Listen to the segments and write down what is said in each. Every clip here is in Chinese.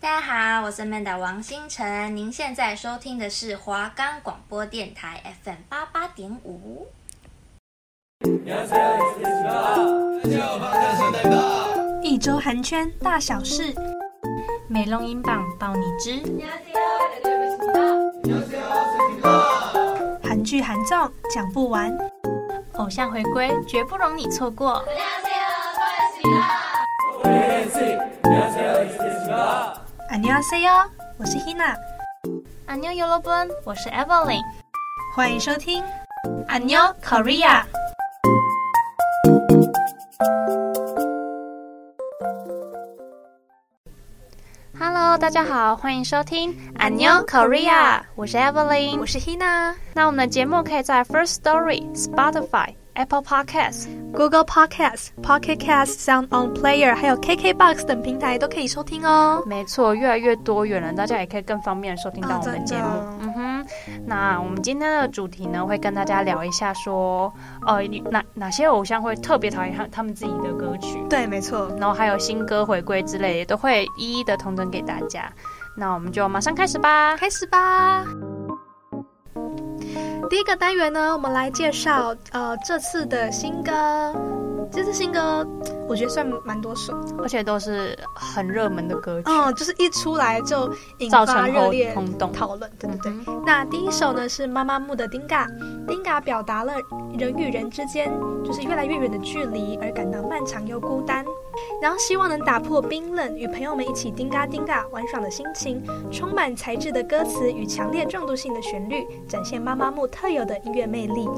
大家好，我是 Manda 王星辰，您现在收听的是华冈广播电台 FM 八八点五。一周韩圈大小事，美容音榜报你知。韩剧韩综讲不完，偶像回归绝不容你错过。안녕하세요，我是 Hina， 안녕여러분，我是 Evelyn。欢迎收听안녕 Korea。 Hello，大家好，欢迎收听안녕 Korea，我是 Evelyn，我是 Hina。那我们的节目可以在 First Story、Spotify、Apple Podcasts、 Google Podcast、Pocket Cast、Sound On Player，还有 KKBox 等平台都可以收听哦。没错，越来越多元了，大家也可以更方便地收听到我们的节目。哦嗯哼，那我们今天的主题呢，会跟大家聊一下说，呃，哪哪些偶像会特别讨厌他他们自己的歌曲，对，没错。然后还有新歌回归之类的，都会一一的同整给大家。那我们就马上开始吧。开始吧。第一个单元呢，我们来介绍呃这次的新歌。这次新歌我觉得算蛮多首，而且都是很热门的歌曲，嗯，就是一出来就引造发成热轰烈轰动。讨论，对不对？嗯哼那第一首呢是妈妈木的《丁嘎》，丁嘎表达了人与人之间就是越来越远的距离而感到漫长又孤单，然后希望能打破冰冷，与朋友们一起丁嘎丁嘎玩耍的心情，充满才智的歌词与强烈中毒性的旋律，展现妈妈木特有的音乐魅力。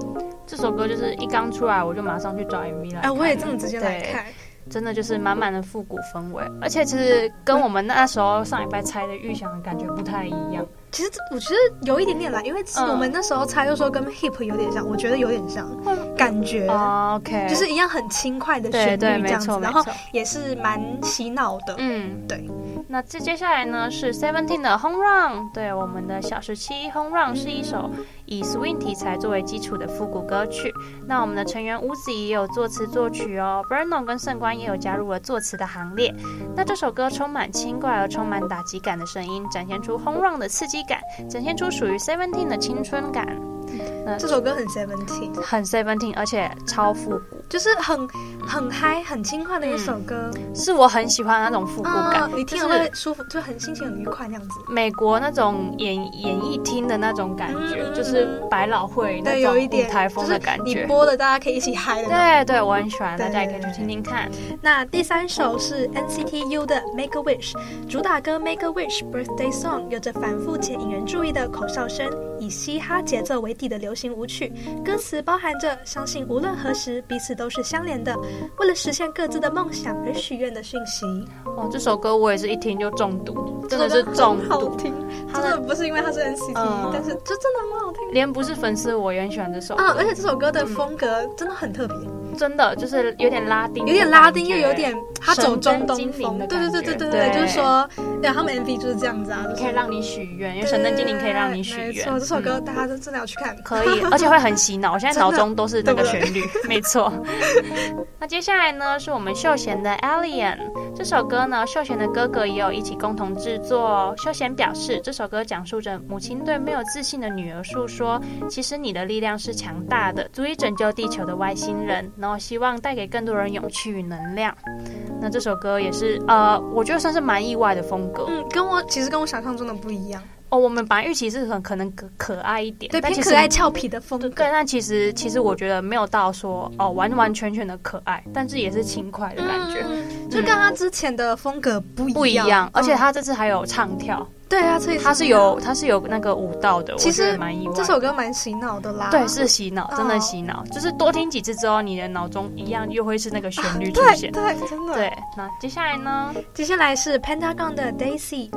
这首歌就是一刚出来，我就马上去找 MV 来看。哎、我也这么直接来对看，真的就是满满的复古氛围，而且其实跟我们那时候上礼拜猜的预想的感觉不太一样。其实这我觉得有一点点啦，因为嗯我们那时候猜就说跟 hip 有点像，我觉得有点像，感觉。哦 OK，就是一样很轻快的旋律对对，这没样子错，，没然后错。也是蛮洗脑的。嗯，对。那这接下来呢是 Seventeen 的《Home Run》，对我们的小时期，《Home Run》是一首以 swing 题材作为基础的复古歌曲。那我们的成员屋子也有作词作曲哦，Bruno 跟圣官也有加入了作词的行列。那这首歌充满轻快而充满打击感的声音，展现出 Home Run 的刺激感，展现出属于 Seventeen 的青春感，这首歌很 Seventeen，很 Seventeen，而且超复古，就是很很嗨、很轻快的一首歌，是我很喜欢的那种复古嗯感。啊你听了就是会舒服，就很心情很愉快那样子。美国那种演演艺厅的那种感觉，嗯就是百老汇那对，有一种点舞台风的感就是觉你。播的大家可以一起嗨的那种。对对，我很喜欢，对大家也可以去听听看。那第三首是 NCT U 的 Make a Wish，主打歌 Make a Wish Birthday Song 有着反复且引人注意的口哨声，以嘻哈节奏为底的流行舞曲，歌词包含着相信无论何时彼此都是相连的，为了实现各自的梦想而许愿的讯息。哦，这首歌我也是一听就中毒，真的这是首歌中很好毒。听，它真的的不是因为它是 NCT，、嗯但是就真的很好听连不是粉丝我也很喜欢这首啊！歌，而且这首歌的风格真的很特别，真的就是有点拉嗯丁的感有觉，点拉丁又有点它走中东神灯精灵风，的对感对觉对对对对对，就是说，对他们 MV 就是这样子啊，就是可以让你许愿，因为对神灯精灵可以让你许没愿。错，这首歌嗯大家都真的要去看。可以，而且会很洗脑。我现在脑中都是那个真旋律， 没错。那接下来呢，是我们秀贤的《Alien》这首歌呢，秀贤的哥哥也有一起共同制作哦。秀贤表示，这首歌讲述着母亲对没有自信的女儿诉说，其实你的力量是强大的，足以拯救地球的外星人，然后希望带给更多人勇气与能量。那这首歌也是，呃，我觉得算是蛮意外的风格嗯，跟我其实跟我想象中的不一样，哦。我们本来预期是很可能可可爱一点，对，但偏其实可爱俏皮的风格。对，但其实其实我觉得没有到说哦完完全全的可爱，但是也是轻快的嗯感觉，就跟他之前的风格不不一样，样。而且嗯他这次还有唱跳，对啊，所以他是有他是有那个舞蹈的，我其觉得实蛮意外的。这首歌蛮洗脑的啦。对是洗脑，真的哦洗脑，就是多听几次之后，你的脑中一样又会是那个旋律出啊对现。对，真的。对，那接下来呢？接下来是 Pentagon 的 Daisy，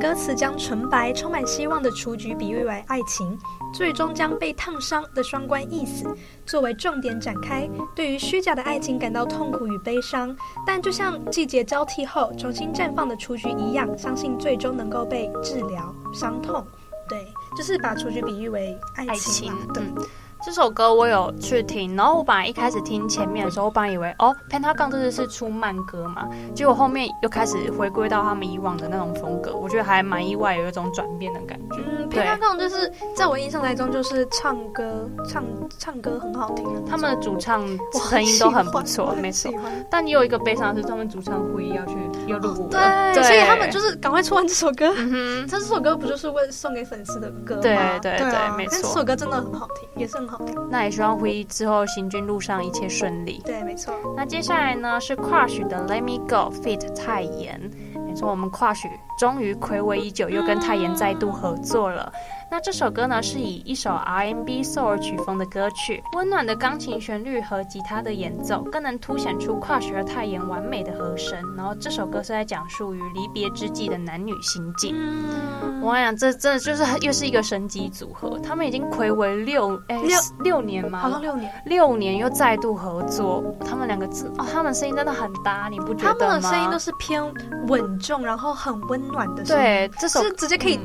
歌词将纯白、充满希望的雏菊比喻为爱情，最终将被烫伤的双关意思作为重点展开。对于虚假的爱情感到痛苦与悲伤，但就像季节交替后重新绽放的雏菊一样，相信最终能够被治疗伤痛。对，就是把雏菊比喻为爱情嘛。爱情对，嗯这首歌我有去听，然后我本来一开始听前面的时候，我本来以为哦，Pentagon 这次是出慢歌嘛，结果后面又开始回归到他们以往的那种风格，我觉得还蛮意外，有一种转变的感觉。嗯对，Pentagon 就是在我印象来中就是唱歌唱唱歌很好听的那种，他们的主唱我声音都很喜不欢我 错，很没喜错。欢但也有一个悲伤的是，他们主唱会议要去又入伍了，对，所以他们就是赶快出完这首歌。嗯哼，他这首歌不就是为送给粉丝的歌吗？对对对对啊没但错这首歌真的很好听，也是很好听。那也希望会议之后行军路上一切顺利。对，没错。那接下来呢是 Crush 的 Let Me Go feat 泰妍，没错，我们 Crush 终于暌违已久，又跟泰妍再度合作了。那这首歌呢是以一首 R&B soul 曲风的歌曲，温暖的钢琴旋律和吉他的演奏，更能凸显出 Crush 和泰妍完美的和声。然后这首歌是在讲述于离别之际的男女心境。嗯，我跟你讲，这真的就是又是一个神级组合，他们已经暌违六哎六六年吗？好像六年。六年又再度合作，他们两个字哦，他们声音真的很搭，你不觉他得们吗？的声音都是偏稳重，然后很温暖的声音，对，这首嗯是直接可以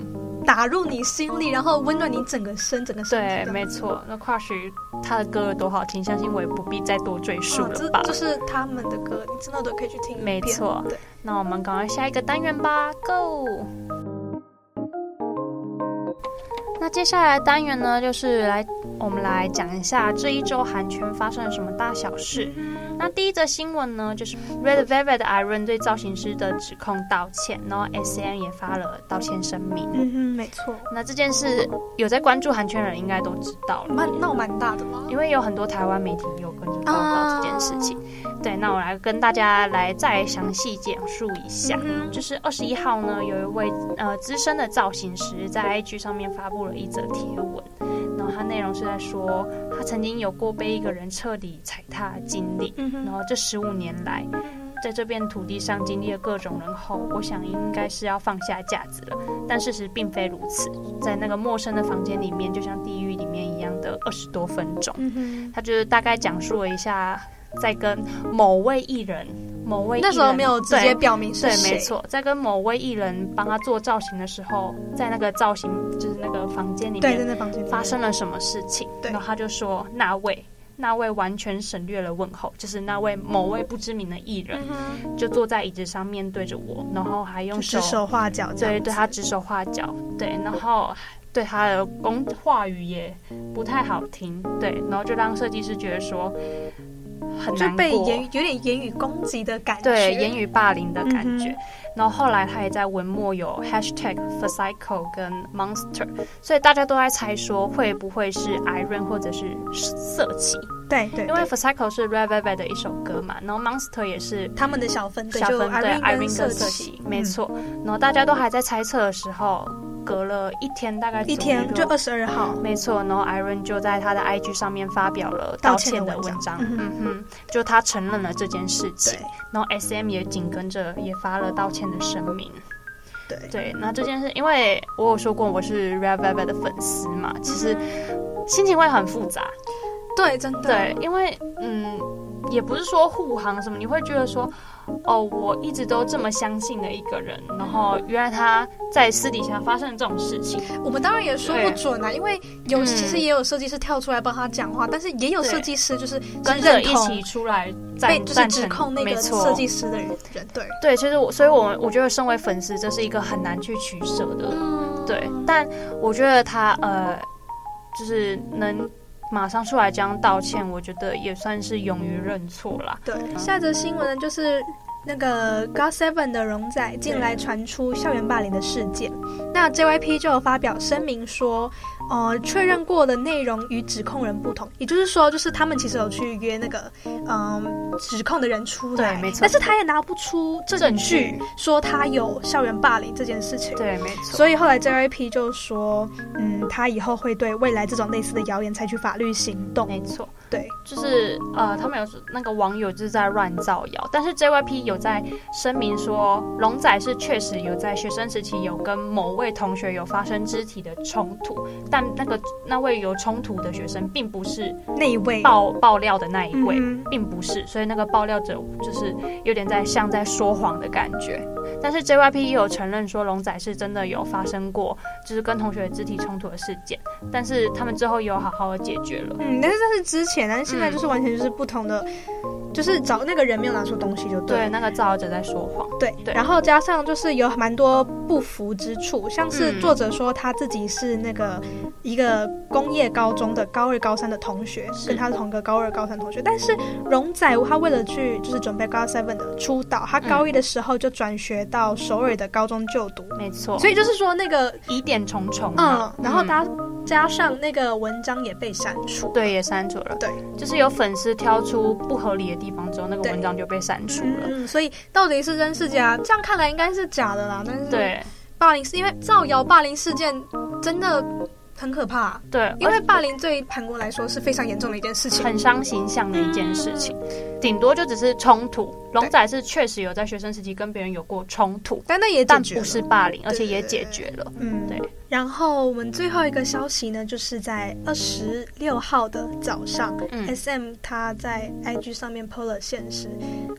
打入你心里，然后温暖你整个身、整个身体对，的。没错。那 Crush 他的歌有多好听，相信我也不必再多赘述嗯，了吧这。就是他们的歌，你真的都可以去听一遍。没错对，那我们赶快下一个单元吧，Go。那接下来的单元呢，就是来我们来讲一下这一周韩圈发生了什么大小事。嗯那第一则新闻呢，就是 Red Velvet 的 Iron 对造型师的指控道歉，然后 S M 也发了道歉声明。嗯哼，没错，那这件事有在关注韩圈人应该都知道了，蛮闹蛮大的嘛。因为有很多台湾媒体也有跟着报道这件事情。对，那我来跟大家来再详细讲述一下。嗯就是二十一号呢，有一位呃资深的造型师在 IG 上面发布了一则贴文，然后他内容是在说他曾经有过被一个人彻底踩踏的经历，嗯然哼，后这十五年来在这片土地上经历了各种人后，我想应该是要放下架子了，但事实并非如此，在那个陌生的房间里面，就像地狱里面一样的二十多分钟。嗯哼，他就是大概讲述了一下，在跟某位艺人，某位艺那时候人没有直接对表明是对，谁，没错，在跟某位艺人帮他做造型的时候，在那个造型就是那个房间里对，在面那房间里面发生了什么事情，对然后他就说那位那位完全省略了问候，就是那位某位不知名的艺嗯人、就坐在椅子上面对着我，然后还用就手指手画脚这样对子，对他指手画脚，对，然后对他的工话语也不太好听，对，然后就让设计师觉得说很就难被过言语有点言语攻击的感觉，对言语霸凌的感觉。嗯然后后来他也在文末有 hashtag for psycho 跟 monster，所以大家都在猜说会不会是 Iron 或者是色情，对对，因为对 for psycho 是 Red Velvet 的一首歌嘛，然后 monster 也是。他们的小分队小就分队 Irene 跟 Irene 跟色琪情，没错。然后大家都还在猜测的时候，隔了一天，大概一左天右就二十二号，没错，然后 Iron 就在他的 IG 上面发表了道歉的文章，道歉的文章嗯哼，就他承认了这件事情对，然后 SM 也紧跟着也发了道歉的声明。对，对，那这件事，因为我有说过我是 Red Velvet 的粉丝嘛，其实心情会很复杂，对，真的，对，啊因为嗯，也不是说护航什么，你会觉得说，哦，我一直都这么相信的一个人，然后原来他在私底下发生了这种事情，我们当然也说不准啊，因为有嗯其实也有设计师跳出来帮他讲话，但是也有对设计师就是跟是着认一同起出来站被就是赞指成控那没个错设计师的人，人对，对，其实我，所以我我觉得身为粉丝，这是一个很难去取舍的，嗯对。但我觉得他呃，就是能马上出来这样道歉，我觉得也算是勇于认错啦。对。下一则新闻呢，就是那个 God Seven 的荣仔近来传出校园霸凌的事件，那 JYP 就有发表声明说，呃，确认过的内容与指控人不同，也就是说，就是他们其实有去约那个嗯、指控的人出来，对没错但是他也拿不出证证据据说他有校园霸凌这件事情。对，没错。所以后来 JYP 就说，嗯，他以后会对未来这种类似的谣言采取法律行动。没错，对，就是呃，他们有那个网友就是在乱造谣，但是 JYP 有在声明说，龙仔是确实有在学生时期有跟某位同学有发生肢体的冲突，但那个那位有冲突的学生并不是那一位，爆爆料的那一位，嗯哼并不是，所以那个爆料者就是有点在像在说谎的感觉。但是 JYP 也有承认说龙仔是真的有发生过，就是跟同学肢体冲突的事件，但是他们之后也有好好的解决了。嗯，但是这是之前，但是现在嗯就是完全就是不同的，就是找那个人没有拿出东西就对了。对，那个造谣者在说谎。对，对然后加上就是有蛮多不服之处，像是嗯作者说他自己是那个一个工业高中的高二、高三的同学，是跟他同个高二、高三同学，但是荣仔他为了去就是准备高 seven 的出道，他嗯高一的时候就转学到首尔的高中就读，没错，所以就是说那个疑点重重嗯嘛。，然后加加上那个文章也被删除，对也删除了，对，就是有粉丝挑出不合理的地方之后，那个对文章就被删除了。嗯，所以到底是真是假？这样看来应该是假的啦，但是。对霸凌是因为造谣霸凌事件真的很可怕，对，因为霸凌对韩国来说是非常严重的一件事情。很伤形象的一件事情，顶多就只是冲突。龙仔是确实有在学生时期跟别人有过冲突，但那也解但决不了，是霸凌，而且对也解决了。嗯对。然后我们最后一个消息呢，就是在二十六号的早上、嗯 s m 他在 IG 上面 PO 了现实，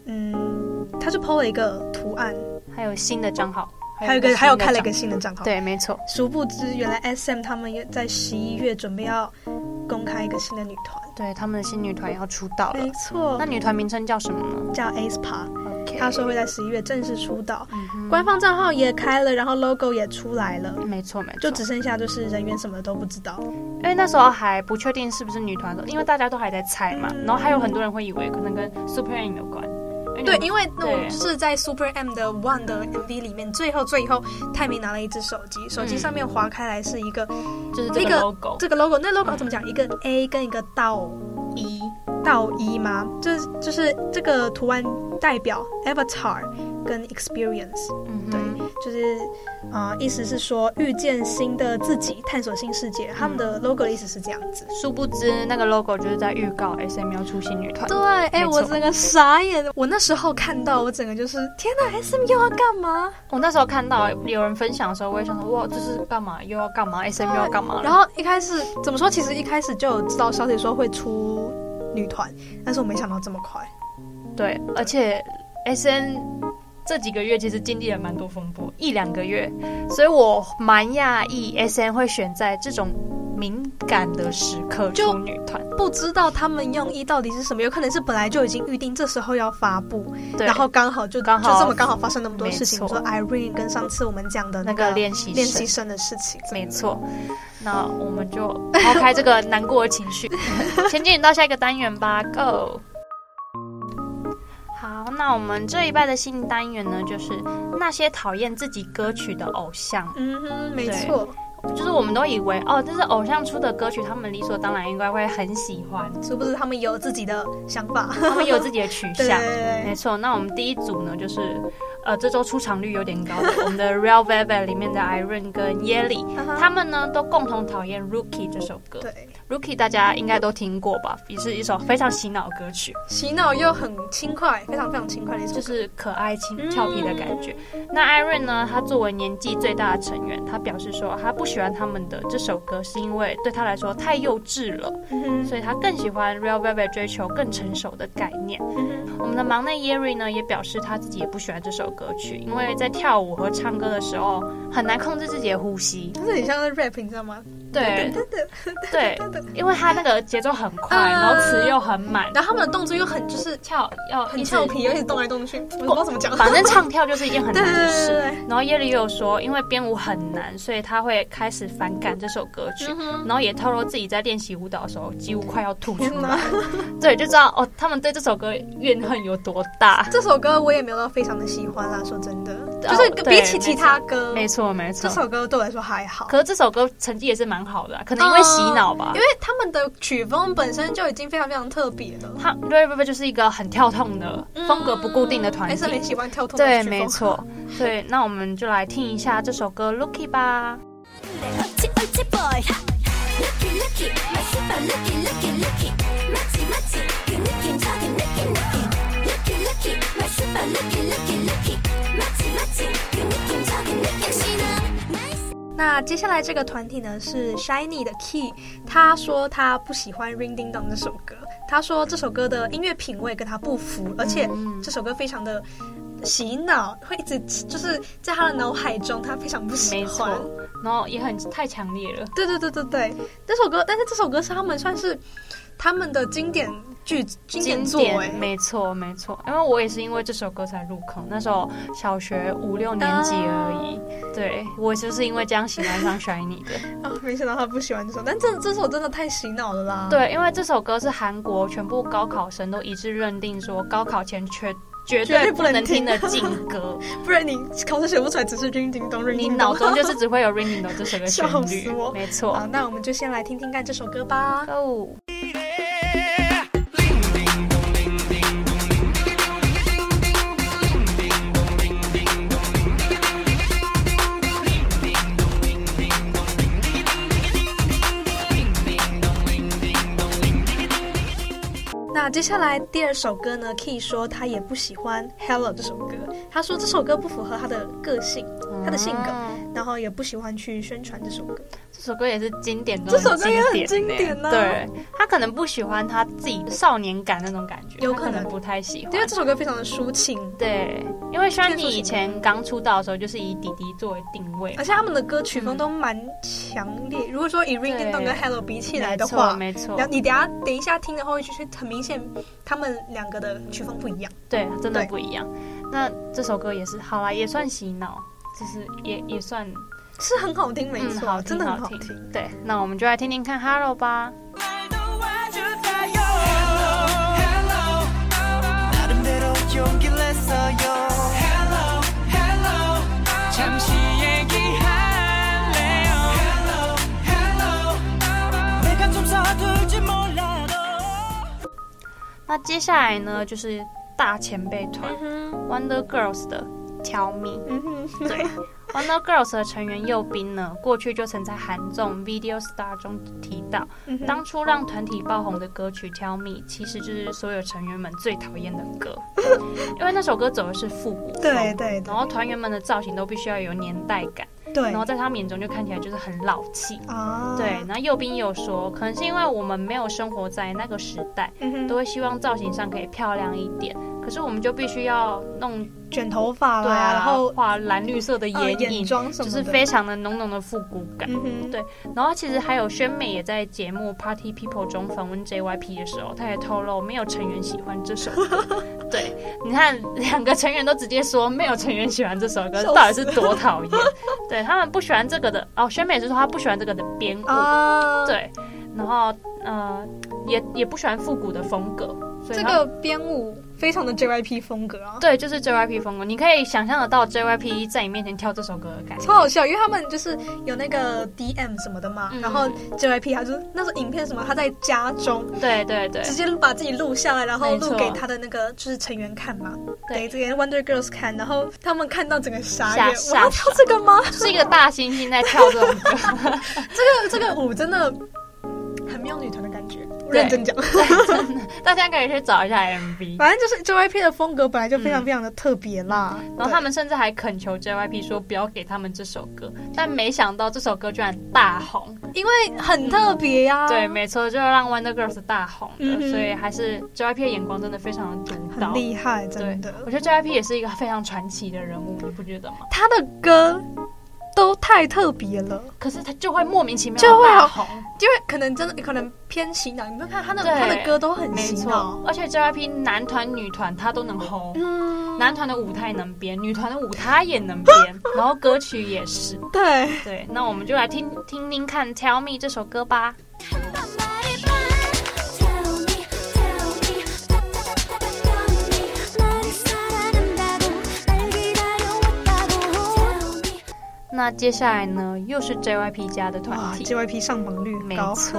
嗯，他就 PO 了一个图案，还有新的账号，还有一个还有开了一哦新的个新的账号账号，。对，没错，殊不知原来 S M 他们也在十一月准备要公开一个新的女团，对，他们的新女团要出道了没。错那，女团名称叫什么呢叫 aespa。 ？OK，他说会在十一月正式出道，嗯哼官方账号也开了，然后 logo 也出来了，没错没错，就只剩下就是人员什么都不知道。因为那时候还不确定是不是女团的，因为大家都还在猜嘛，嗯然后还有很多人会以为可能跟 Super M 有关，因对为，你因为那种对就是在 Super M 的 One 的 MV 里面，最后最后泰明拿了一只手机，手机上面划开来是一个、就是这那个个 logo 这个 logo，那 logo 怎么讲？一个 A 跟一个倒一，倒一吗？就是就是这个图案代表 Avatar 跟 Experience。嗯哼，对就是，啊、意思是说遇见新的自己，探索新世界。他们的 logo 的意思是这样子。殊不知那个 logo 就是在预告 S M 要出新女团，对，哎、没我错整个傻眼，我那时候看到，我整个就是天哪，S M 又要干嘛？我那时候看到有人分享的时候，我也想说哇，这是干嘛又要干嘛，S M 又要干嘛了，然后一开始怎么说？其实一开始就有知道消息说会出女团，但是我没想到这么快。对，而且 S N 这几个月其实经历了蛮多风波，一两个月，所以我蛮讶异 S N 会选在这种敏感的时刻就出女团，不知道他们用意到底是什么，有可能是本来就已经预定这时候要发布，对，然后刚好就刚好就这么刚好发生那么多事情，没错说 Irene 跟上次我们讲的那个个练习练生习生的事情，没错，那我们就抛开这个难过的情 绪，前进到下一个单元吧，Go。好，那我们这一拜的新单元呢，就是那些讨厌自己歌曲的偶像。嗯哼，没对错，就是我们都以为哦，这是偶像出的歌曲，他们理所当然应该会很喜 欢，殊不知他们有自己的想 法。他们有自己的取对对向。对没错，那我们第一组呢，就是呃这周出场率有点高的我们的 Real Velvet 里面的 Irene 跟 Yelly，对，哈哈他们呢都共同讨厌 Rookie 这首歌。嗯对 Rookie 大家应该都听过吧，也是一首非常洗脑的歌曲，洗脑又很轻快，非常非常轻快的一首歌，就是可爱、轻俏皮的感觉。那 Irene 呢，她作为年纪最大的成员，她表示说，她不喜欢他们的这首歌，是因为对她来说太幼稚了。嗯哼所以他更喜欢 Real Velvet 追求更成熟的概念。嗯哼我们的忙内 Yeri 呢也表示他自己也不喜欢这首歌曲，因为在跳舞和唱歌的时候很难控制自己的呼吸。它是很像是 rap，你知道吗？对对对。对，因为他那个节奏很快，嗯然后词又很满，然后他们的动作又很就是跳要很一直俏，皮，又一直动来动去，我不知道怎么讲。反正唱跳就是一件 很对难对的对事。对然后 Yeri 也有说，因为编舞很难，所以他会开始反感这首歌曲对，。嗯然后也透露自己在练习舞蹈的时候几乎快要吐出天来哪，，对，就知道哦，他们对这首歌怨恨有多大。这首歌我也没有到非常的喜欢啦，说真的，哦就是对比起其他歌，没错，没这错。首歌对我来说还好，可是这首歌成绩也是蛮好的啊、可能因为洗脑吧。哦因为他们的曲风本身就已经非常非常特别了。他 Red Velvet 就是一个很跳痛的、嗯风格不固定的团嗯还是很体。喜欢跳脱的对，曲风没错。对，那我们就来听一下这首歌《Lucky》吧。 옳지 옳지 boy Lucky lucky 나 슈퍼 lucky lucky lucky 맞지 맞지 그 느낌 저기 느낌 느낌 Lucky lucky 나 슈퍼 lucky lucky lucky 맞지 맞지 그 느낌 저기 느낌 역시 난 나이스 那接下来这个团体呢是 Shiny 的 Key，他说他不喜欢 Ring Ding Dong 这嗯首歌，他说这首歌的音乐品味跟他不符，而且这首歌非常的洗脑，会一直就是在他的脑海中，他非常不喜没错欢。，然后也很太强烈了。对对对对对，这首歌，但是这首歌是他们算是他们的经典剧、经典作哎、没错没错，因为我也是因为这首歌才入坑，那时候小学五六年级啊而已。对我就是因为这样喜欢上 Shiny 的。啊，没想到他不喜欢这首，但这这首真的太洗脑了啦。对，因为这首歌是韩国全部高考生都一致认定说，高考前绝绝绝对对不不能能听听的禁 歌，不然你考试写不出来，只是叮叮咚叮你叮咚。脑中就是只会有 Ringing 的这首歌旋 笑死律我，没好错，。那我们就先来听听看这首歌吧。哦，那接下来第二首歌呢，Key 说他也不喜欢《Hello》这首歌，他说这首歌不符合他的个性，他的性格嗯然后也不喜欢去宣传这首歌。这首歌也是经典中这首的经典呢，歌也很经典啊对他可能不喜欢他自己少年感那种感觉，有他可可能能不太喜欢因为。这首歌非常的抒情，对，因为轩这首尼以前刚出道的时候就是以弟弟作为定位，而且他们的歌曲风都蛮强烈。如果说以《Ring Ding Dong》跟《对 Hello》比起没来的错话，没错然后，你等一下等一下听的话，会就是很明显他们两个的曲风不一样。对，真对的不一样。那这首歌也是，好啦，也算洗脑，就是也也算是很好听，没嗯错，好听真的很好好听听。对。那我们就来听听看《Hello》吧。 말도 와줄까요? Hello, hello. 나름대로 용기를 냈어요. Hello, hello. 잠시 얘기할래요. Hello, hello. 내가 좀 서툴지 몰라도.那接下来呢，就是大前辈团 Wonder Girls 的《Tell Me》。嗯哼，对，Wonder Girls 的成员佑彬呢，过去就曾在韩综《Video Star》中提到，嗯哼当初让团体爆红的歌曲《Tell Me》，其实就是所有成员们最讨厌的 歌，因为那首歌走的是复古风，对对然后团员们的造型都必须要有年代感，对对然后在他们眼中就看起来就是很老气。啊，对，然后右边也有说，可能是因为我们没有生活在那个时代，嗯哼都会希望造型上可以漂亮一点，可是我们就必须要弄卷头发对啦，啊，然后画蓝绿色的呃眼眼影，妆什就么是的，非常的浓浓的复古感。嗯哼，对然后其实还有宣美也在节目《Party People》中访问 JYP 的时候，她也透露没有成员喜欢这首歌。 对，你看两个成员都直接说没有成员喜欢这首歌，笑死到底是多讨厌？对他们不喜欢这个的哦，宣美是说她不喜欢这个的编舞，啊，，对，然后呃也也不喜欢复古的风格，所以这她个编舞非常的 JYP 风格啊，对就是 JYP 风格，你可以想象得到 JYP 在你面前跳这首歌的感觉。超好笑，因为他们就是有那个 DM 什么的嘛，嗯然后 JYP 他就是那时候影片什么，他在家中对对对直接把自己录下来，然后没错录给他的那个就是成员看嘛，给对，这些 Wonder Girls 看，然后他们看到整个傻眼，吓我要跳这个吗？就是一个大猩猩在跳这种歌。这个这个舞真的很没有女团的感觉，认真讲，大家可以去找一下 MV。反正就是 JYP 的风格本来就非常嗯非常的特别啦，然后他们甚至还恳求 JYP 说不要给他们这首歌，但没想到这首歌居然大红。对因为很特别呀、嗯对，没错，就是让 Wonder Girls 大红的，啊嗯哼所以还是 JYP 的眼光真的非常的独很到。厉害，对真的，。我觉得 JYP 也是一个非常传奇的人物，你不觉得吗？他的歌都太特别了。可是他就会莫名其妙地就会大红，因为可能真的可能偏洗脑，你没有看他的对他的歌都很没洗错脑。。而且 JYP 男团、女团他都能红，嗯，男团的舞他也能编，女团的舞他也能编，然后歌曲也是。对，对，那我们就来听听听看《Tell Me》这首歌吧。 한 번 말해봐 Tell me, tell me 따따따따따 me 나를 사랑한다고 날 기다려왔다고 Tell me 那接下来呢，又是 JYP 家的哇团体， ，JYP 上榜率很没高，错，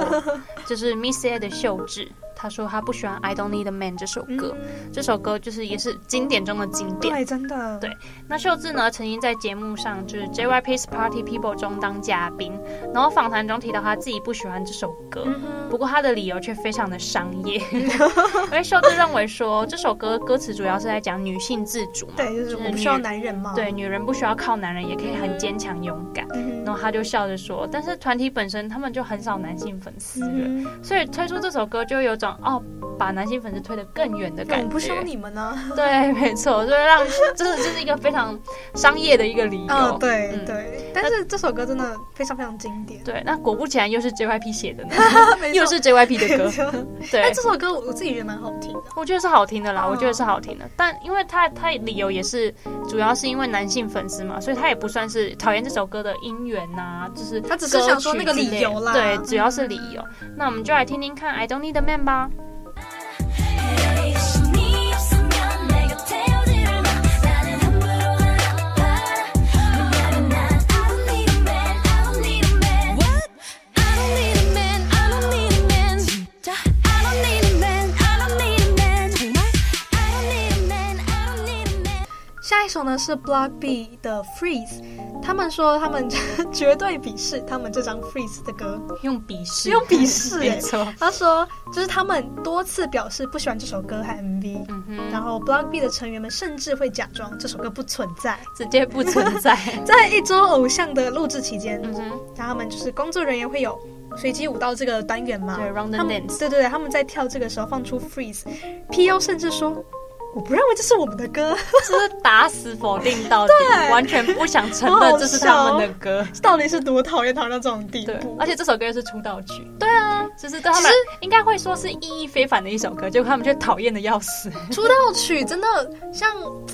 就是 Miss A 的秀智。她说她不喜欢《I Don't Need a Man》这首 歌，这首歌就是也是经典中的经嗯典。对，真的，对那秀智呢，曾经在节目上就是 JYP's Party People 中当嘉宾，然后访谈中提到她自己不喜欢这首歌，嗯不过她的理由却非常的商业， 因为秀智认为说这首歌歌词主要是在讲女性自主嘛，对，就是我不女需要男人嘛，对，女人不需要靠男人，也可以很坚强勇敢。嗯然哼，后他就笑着说，但是团体本身他们就很少男性粉丝了，嗯哼所以推出这首歌就有种哦，把男性粉丝推得更远的感永觉。不收你们呢？对，没错，就是让 这是这是一个非常商业的一个理由。嗯，对嗯对。但是这首歌真的非常非常经典，对，那果不其然又是 JYP 写 的呢，没错啊又是 JYP 的没错歌。对但，这首歌我我自己觉得蛮好听的，我觉得是好听的啦，嗯我觉得是好听的。但因为他他理由也是主要是因为男性粉丝嘛，所以他也不算是讨厌这首歌的因缘呐、就是他只是想说那个理由啦歌曲之类的对，主要是理由。那我们就来听听看《I Don't Need a Man》吧。 에이, 신이 없으면 내 곁에 오지를 마. 나는 함부로 안 아파. 왜냐면 난 I don't need a man, I don't need a man. I don't need a man, I don't need a man. I don't need a man, I don't need a man. I don't need a man, I don't need a man. 下一首呢是 Block B 的 Freeze，他们说他们 绝对鄙视他们这张 Freeze 的歌，用笔试，用鄙视没欸错。他说就是他们多次表示不喜欢这首歌和 MV，、嗯哼，然后 Block B 的成员们甚至会假装这首歌不存在。直接不存 在。在一周偶像的录制期间，嗯哼，然后他们就是工作人员会有随机舞蹈这个单元嘛，对，round and 他们 dance 对对对，他们在跳这个时候放出 freeze，P.O. 甚至说我不认为这是我们的歌， 就是打死否定到底，完全不想承认这是他们的歌。到底是多讨厌讨厌到这种地对步，？而且这首歌又是出道曲。对啊，就是对他们应该会说是意义非凡的一首歌，结果他们却讨厌的要死。出道曲真的像，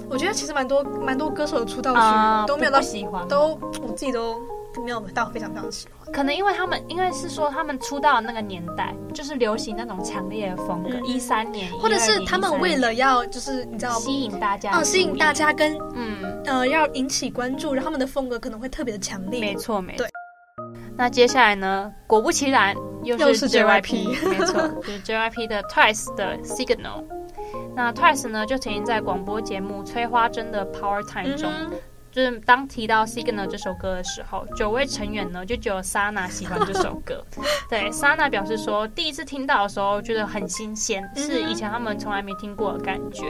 我觉得其实蛮多蛮多歌手的出道曲、啊都没有到不不喜欢都我自己都没有到非常非常喜欢。可能因为他们，应该是说他们出道的那个年代就是流行那种强烈的风格，嗯一三、年，或者是12他们为了要就是你知道13吸引大家，哦吸引大，家跟嗯，呃要引起关注，然后他们的风格可能会特别的强烈。没错没错对。嗯那接下来呢？果不其然，又又是是 JYP，没错，就是 JYP 的 Twice 的 Signal。那 Twice 呢，就曾经在广播节目《催花针的 Power Time》中嗯哼就是当提到《Signal》这首歌的时候，九位成员呢就只有 Sana 喜欢这首 歌。对，Sana 表示说，第一次听到的时候觉得很新鲜，嗯哼是以前他们从来没听过的感觉。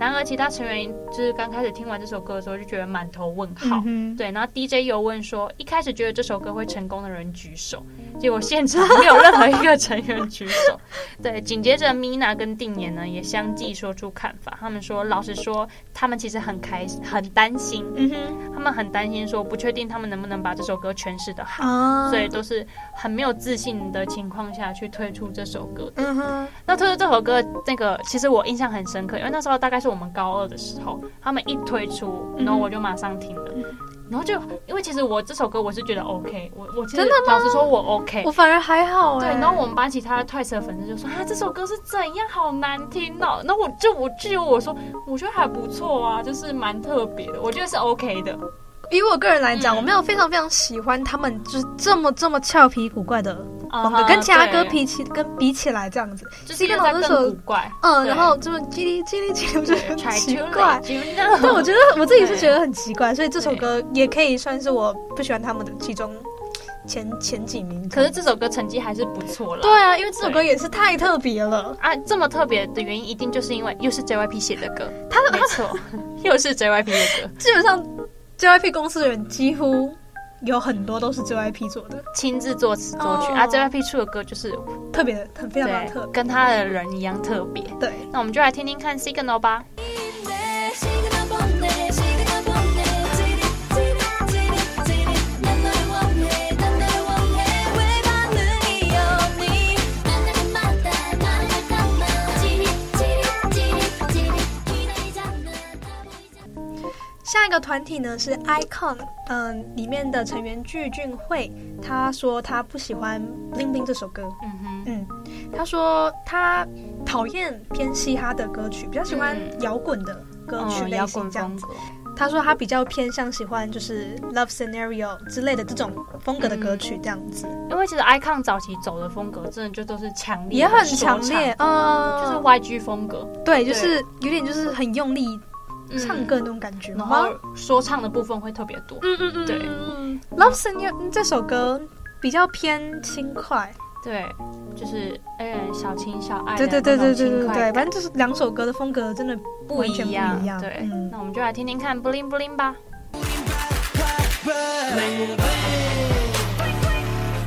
然而，其他成员就是刚开始听完这首歌的时候就觉得满头问号。嗯哼对，然后 DJ 又问说，一开始觉得这首歌会成功的人举手，结果现场没有任何一个成员 举手。对，紧接着 Mina 跟定妍呢也相继说出看法，他们说，老实说，他们其实很开心，很担心，嗯哼他们很担心说不确定他们能不能把这首歌诠释的好，啊，所以都是很没有自信的情况下去推出这首歌。嗯哼那推出这首歌，那个其实我印象很深刻，因为那时候大概是我们高二的时候，他们一推出，嗯然后我就马上听了。然后就，因为其实我这首歌我是觉得 OK，我我其实真的吗老实说我 OK，我反而还好对哎、，然后我们班其他的 Twice 的粉丝就说啊，这首歌是怎样，好难听哦。然后我就我只有我说，我觉得还不错啊，就是蛮特别的，我觉得是 OK 的。以我个人来讲，嗯我没有非常非常喜欢他们就是这么这么俏皮古怪的啊风哈格，哦跟其他歌对比起跟比起来这样子，就是跟更老在那更首古，怪，嗯，对然后这么叽哩叽哩叽哩，我觉得 很奇怪。对对，我觉得我自己是觉得很奇怪，所以这首 对歌也可以算是我不喜欢他们的其中前前几名。可是这首歌成绩还是不错了。对啊，因为这首歌也是太特别了，啊，这么特别的原因，一定就是因为又是 JYP 写的歌，他没 错，又是 JYP 的歌，基本上 JYP 公司的人几乎有很多都是 JYP 做的，亲自作词作曲、哦啊，JYP 出的歌就是特别的很非常非常特别。跟他的人一样特别。对，那我们就来听听看 Signal 吧。 내 시간을 보내 시간을 보내 지리 지리 지리 지리 난 너를 원해 난 너를 원해 왜 반응이 없니 만나자마자 나를 잠깐만 지리 지리 지리 지리 기다리잖아 다 보이잖아 下一个团体呢是 Icon，嗯，里面的成员具俊慧，他说他不喜欢《Bling Bling》这首歌，嗯哼，嗯，他说他讨厌偏嘻哈的歌曲，比较喜欢嗯摇滚的歌曲嗯，类摇型滚这样风子。格，他说他比较偏向喜欢就是 Love Scenario 之类的这种风嗯格的歌曲这样子，因为其实 Icon 早期走的风格真的就都是强烈，也很强烈，，嗯，啊就是 YG 风格，对，就是有点就是很用力唱歌那种感觉嗯然吗后？说唱的部分会特别多。嗯嗯嗯，对嗯嗯 Love Scenario 这首歌比较偏轻快，对，就是嗯，小情小爱的对那对种对对对轻对快对，感，反正就是两首歌的风格真的不完全一不一样对嗯，那我们就来听听看 bling bling 吧。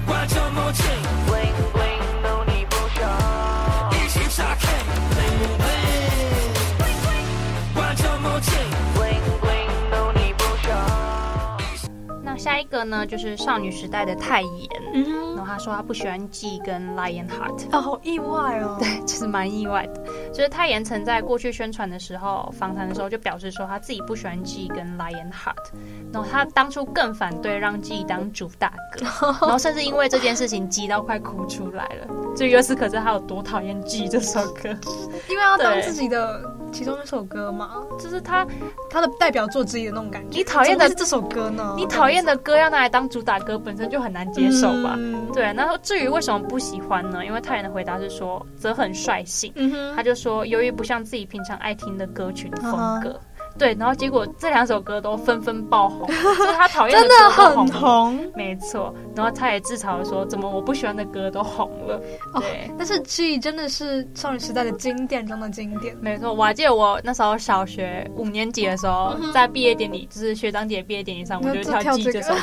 挂着墨镜，bling bling 都你不收，一起炸 K。像下一个呢，就是少女时代的泰妍，嗯哼然后她说她不喜欢 G 跟 Lion Heart，哦，好意外哦。对， 就是蛮意外的。就是泰妍曾在过去宣传的时候，访谈的时候就表示说她自己不喜欢 G 跟 Lion Heart，然后她当初更反对让 G 当主打歌，然后甚至因为这件事情急到快哭出来了。 就由此可知她有多讨厌 G 这首歌，因为要当对自己的其中一首歌嘛， 就是她他的代表作之一的那种感觉。你讨厌怎么会的是这首歌呢？你讨厌的歌要拿来当主打歌，本身就很难接受吧。嗯对，啊那至于为什么不喜欢呢？因为泰妍的回答是说，则很率性。嗯哼，他就说，由于不像自己平常爱听的歌曲的风啊格。对，然后结果这两首歌都纷纷 爆红，就是他讨厌真歌的都很红了。红没错，然后他也自嘲地说，怎么我不喜欢的歌都红了？哦对，但是 G 真的是少女时代的经典中的经典。没错，我还记得我那时候小学五年级的时候，在毕业典礼，就是学长姐毕业典礼上，我那就嗯就跳跳 G 这这个首歌。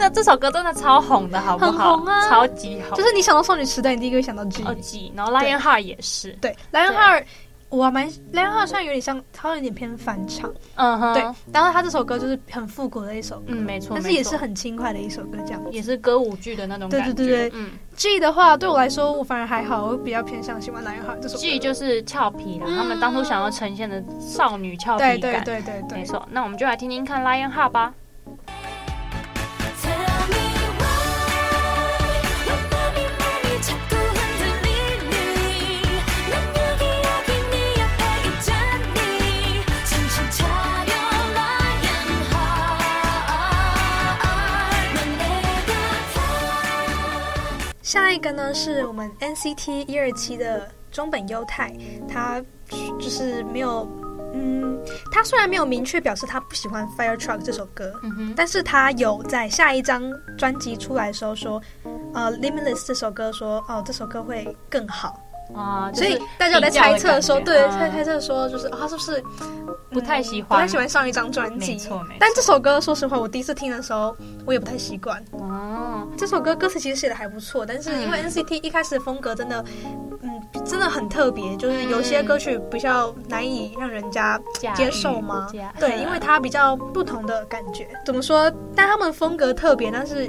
那这首歌真的超红的，好不好？很红啊超级红。就是你想到少女时代，你第一个会想到 G。哦 G，然后 Lion Heart 也是，对，莱恩哈尔，我还蛮莱恩哈尔，虽然有点像，它有点偏翻唱，嗯哼，对。然后他这首歌就是很复古的一首歌，嗯，没错，但是没也错是很轻快的一首歌，这样。也是歌舞剧的那种对感觉。对对对嗯 G 的话，对我来说，我反而还好，我比较偏向喜欢莱恩哈尔这首歌。 ，G 就是俏皮啦，他们当初想要呈现的少女俏皮嗯对感。对对对对没。错，那我们就来听听看 Lion Heart 吧。 Tell me why 내 맘이 맘이 자꾸 흔들리니 난 여기 여기 네 옆에 있잖니 정신 차려 lion heart 넌 내가 다 下一个呢是我们 NCT 一二七的中本优太，他就是没有，嗯，他虽然没有明确表示他不喜欢 Fire Truck 这首歌，嗯哼，但是他有在下一张专辑出来的时候说，呃，Limitless 这首歌说，哦，这首歌会更好，啊，所以就是大家有在猜测说，比较对的，感觉在嗯猜测说就是、哦、他是不是不太喜欢不太喜欢上一张专没辑错没错？但这首歌说实话，我第一次听的时候我也不太习惯。哦，这首歌歌词其实写的还不错，但是嗯因为 NCT 一开始的风格真的，嗯，真的很特别，就是有些歌曲比较难以让人家驾驭接受吗驾？对，因为它比较不同的感觉。怎么说？但他们的风格特别，但是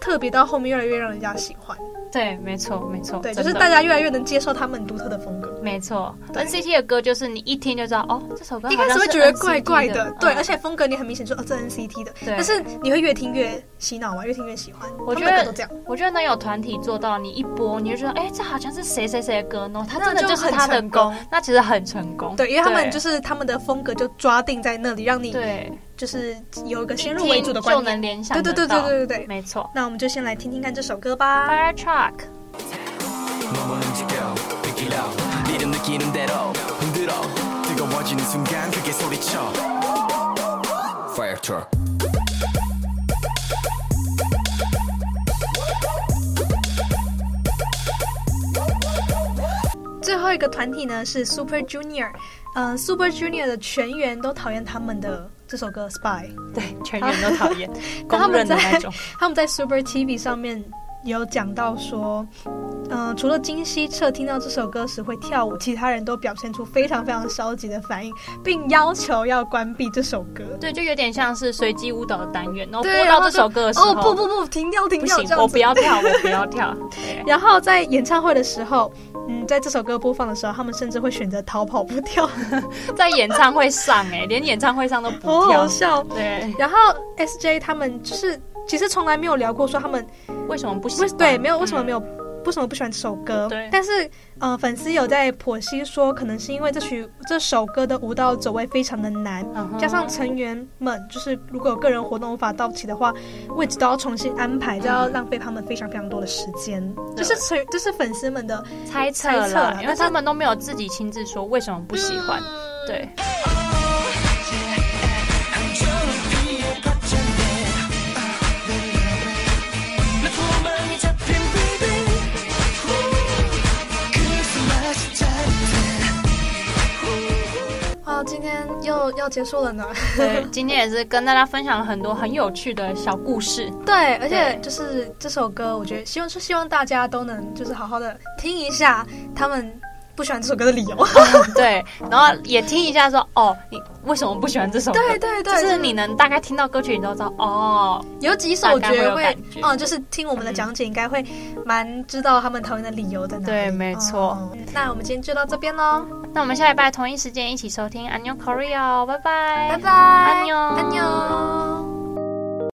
特别到后面越来越让人家喜欢。对，没错没错，对，就真是的大家越来越能接受他们独特的风格。没错，NCT 的歌就是你一听就知道，哦，这首歌一开始好像会是觉得 NCT 怪怪的，对，嗯而且风格你很明显说哦，这 NCT 的，对但是你会越听越洗脑嘛，越听越喜欢。我他觉们的歌得都这样，我觉得能有团体做到，你一播你就觉得，哎、这好像是谁谁谁的歌，然后他那真的就就是很他的成歌功，那其实很成功。对，因为他们对就是他们的风格就抓定在那里，让你对就是有一个先入听为主的嗯就观能念。联想对对对得对到对对对。没错。那我们就先来听听看这首歌吧。 Fire Truck， 너와 움직여 느끼려 리듬 느끼는 대로 흔들어 뜨거워지는 순간 그게 소리쳐 Fire truck 最后一个团体呢是 Super Junior，嗯、s u p e r Junior 的全员都讨厌他们的这首歌《Spy》，对，全员都讨 厌，他公们认的在那种。他们在 Super TV 上面有讲到说，嗯、除了金希澈听到这首歌时会跳舞，其他人都表现出非常非常消极的反应，并要求要关闭这首歌。 对，就有点像是随机舞蹈的单元，然后播对，然到后这就首歌的时候，哦不不不，停掉停不掉，行这，样我子不要跳，我不要跳。 对然后在演唱会的时候，嗯，在这首歌播放的时候，他们甚至会选择逃跑不 跳，在演唱会上，哎，连演唱会上都不好跳好。笑。对，然后 S J 他们就是其实从来没有聊过说他们为什么不喜为欢？对没有为什么嗯没有、为什么不喜欢这首歌对，但是呃粉丝有在剖析说，可能是因为这曲这首歌的舞蹈走位非常的难。嗯哼加上成员们就是如果有个人活动无法到齐的话，位置都要重新安排，就要浪费他们非常非常多的时间。这是成这是粉丝们的猜测猜测啦了，因为但是他们都没有自己亲自说为什么不喜欢。嗯 对， 사랑에 잡힌 baby 크리스마스 잘 哦，今天又要结束了呢。对，今天也是跟大家分享了很多很有趣的小故事。对，而且对就是这首歌，我觉得希望是希望大家都能就是好好的听一下他们不喜欢这首歌的理由。哦对，然后也听一下说，哦，你为什么不喜欢这首歌？ 对对对就是你能大概听到歌曲，你都知道，哦，有几首大概会觉有会感觉，嗯，就是听我们的讲解，应该会蛮知道他们讨厌的理由在哪里。对没错哦那我们今天就到这边喽，那我们下礼拜同一时间一起收听《安妞 Korea》哦，拜拜，拜拜，安妞，安妞。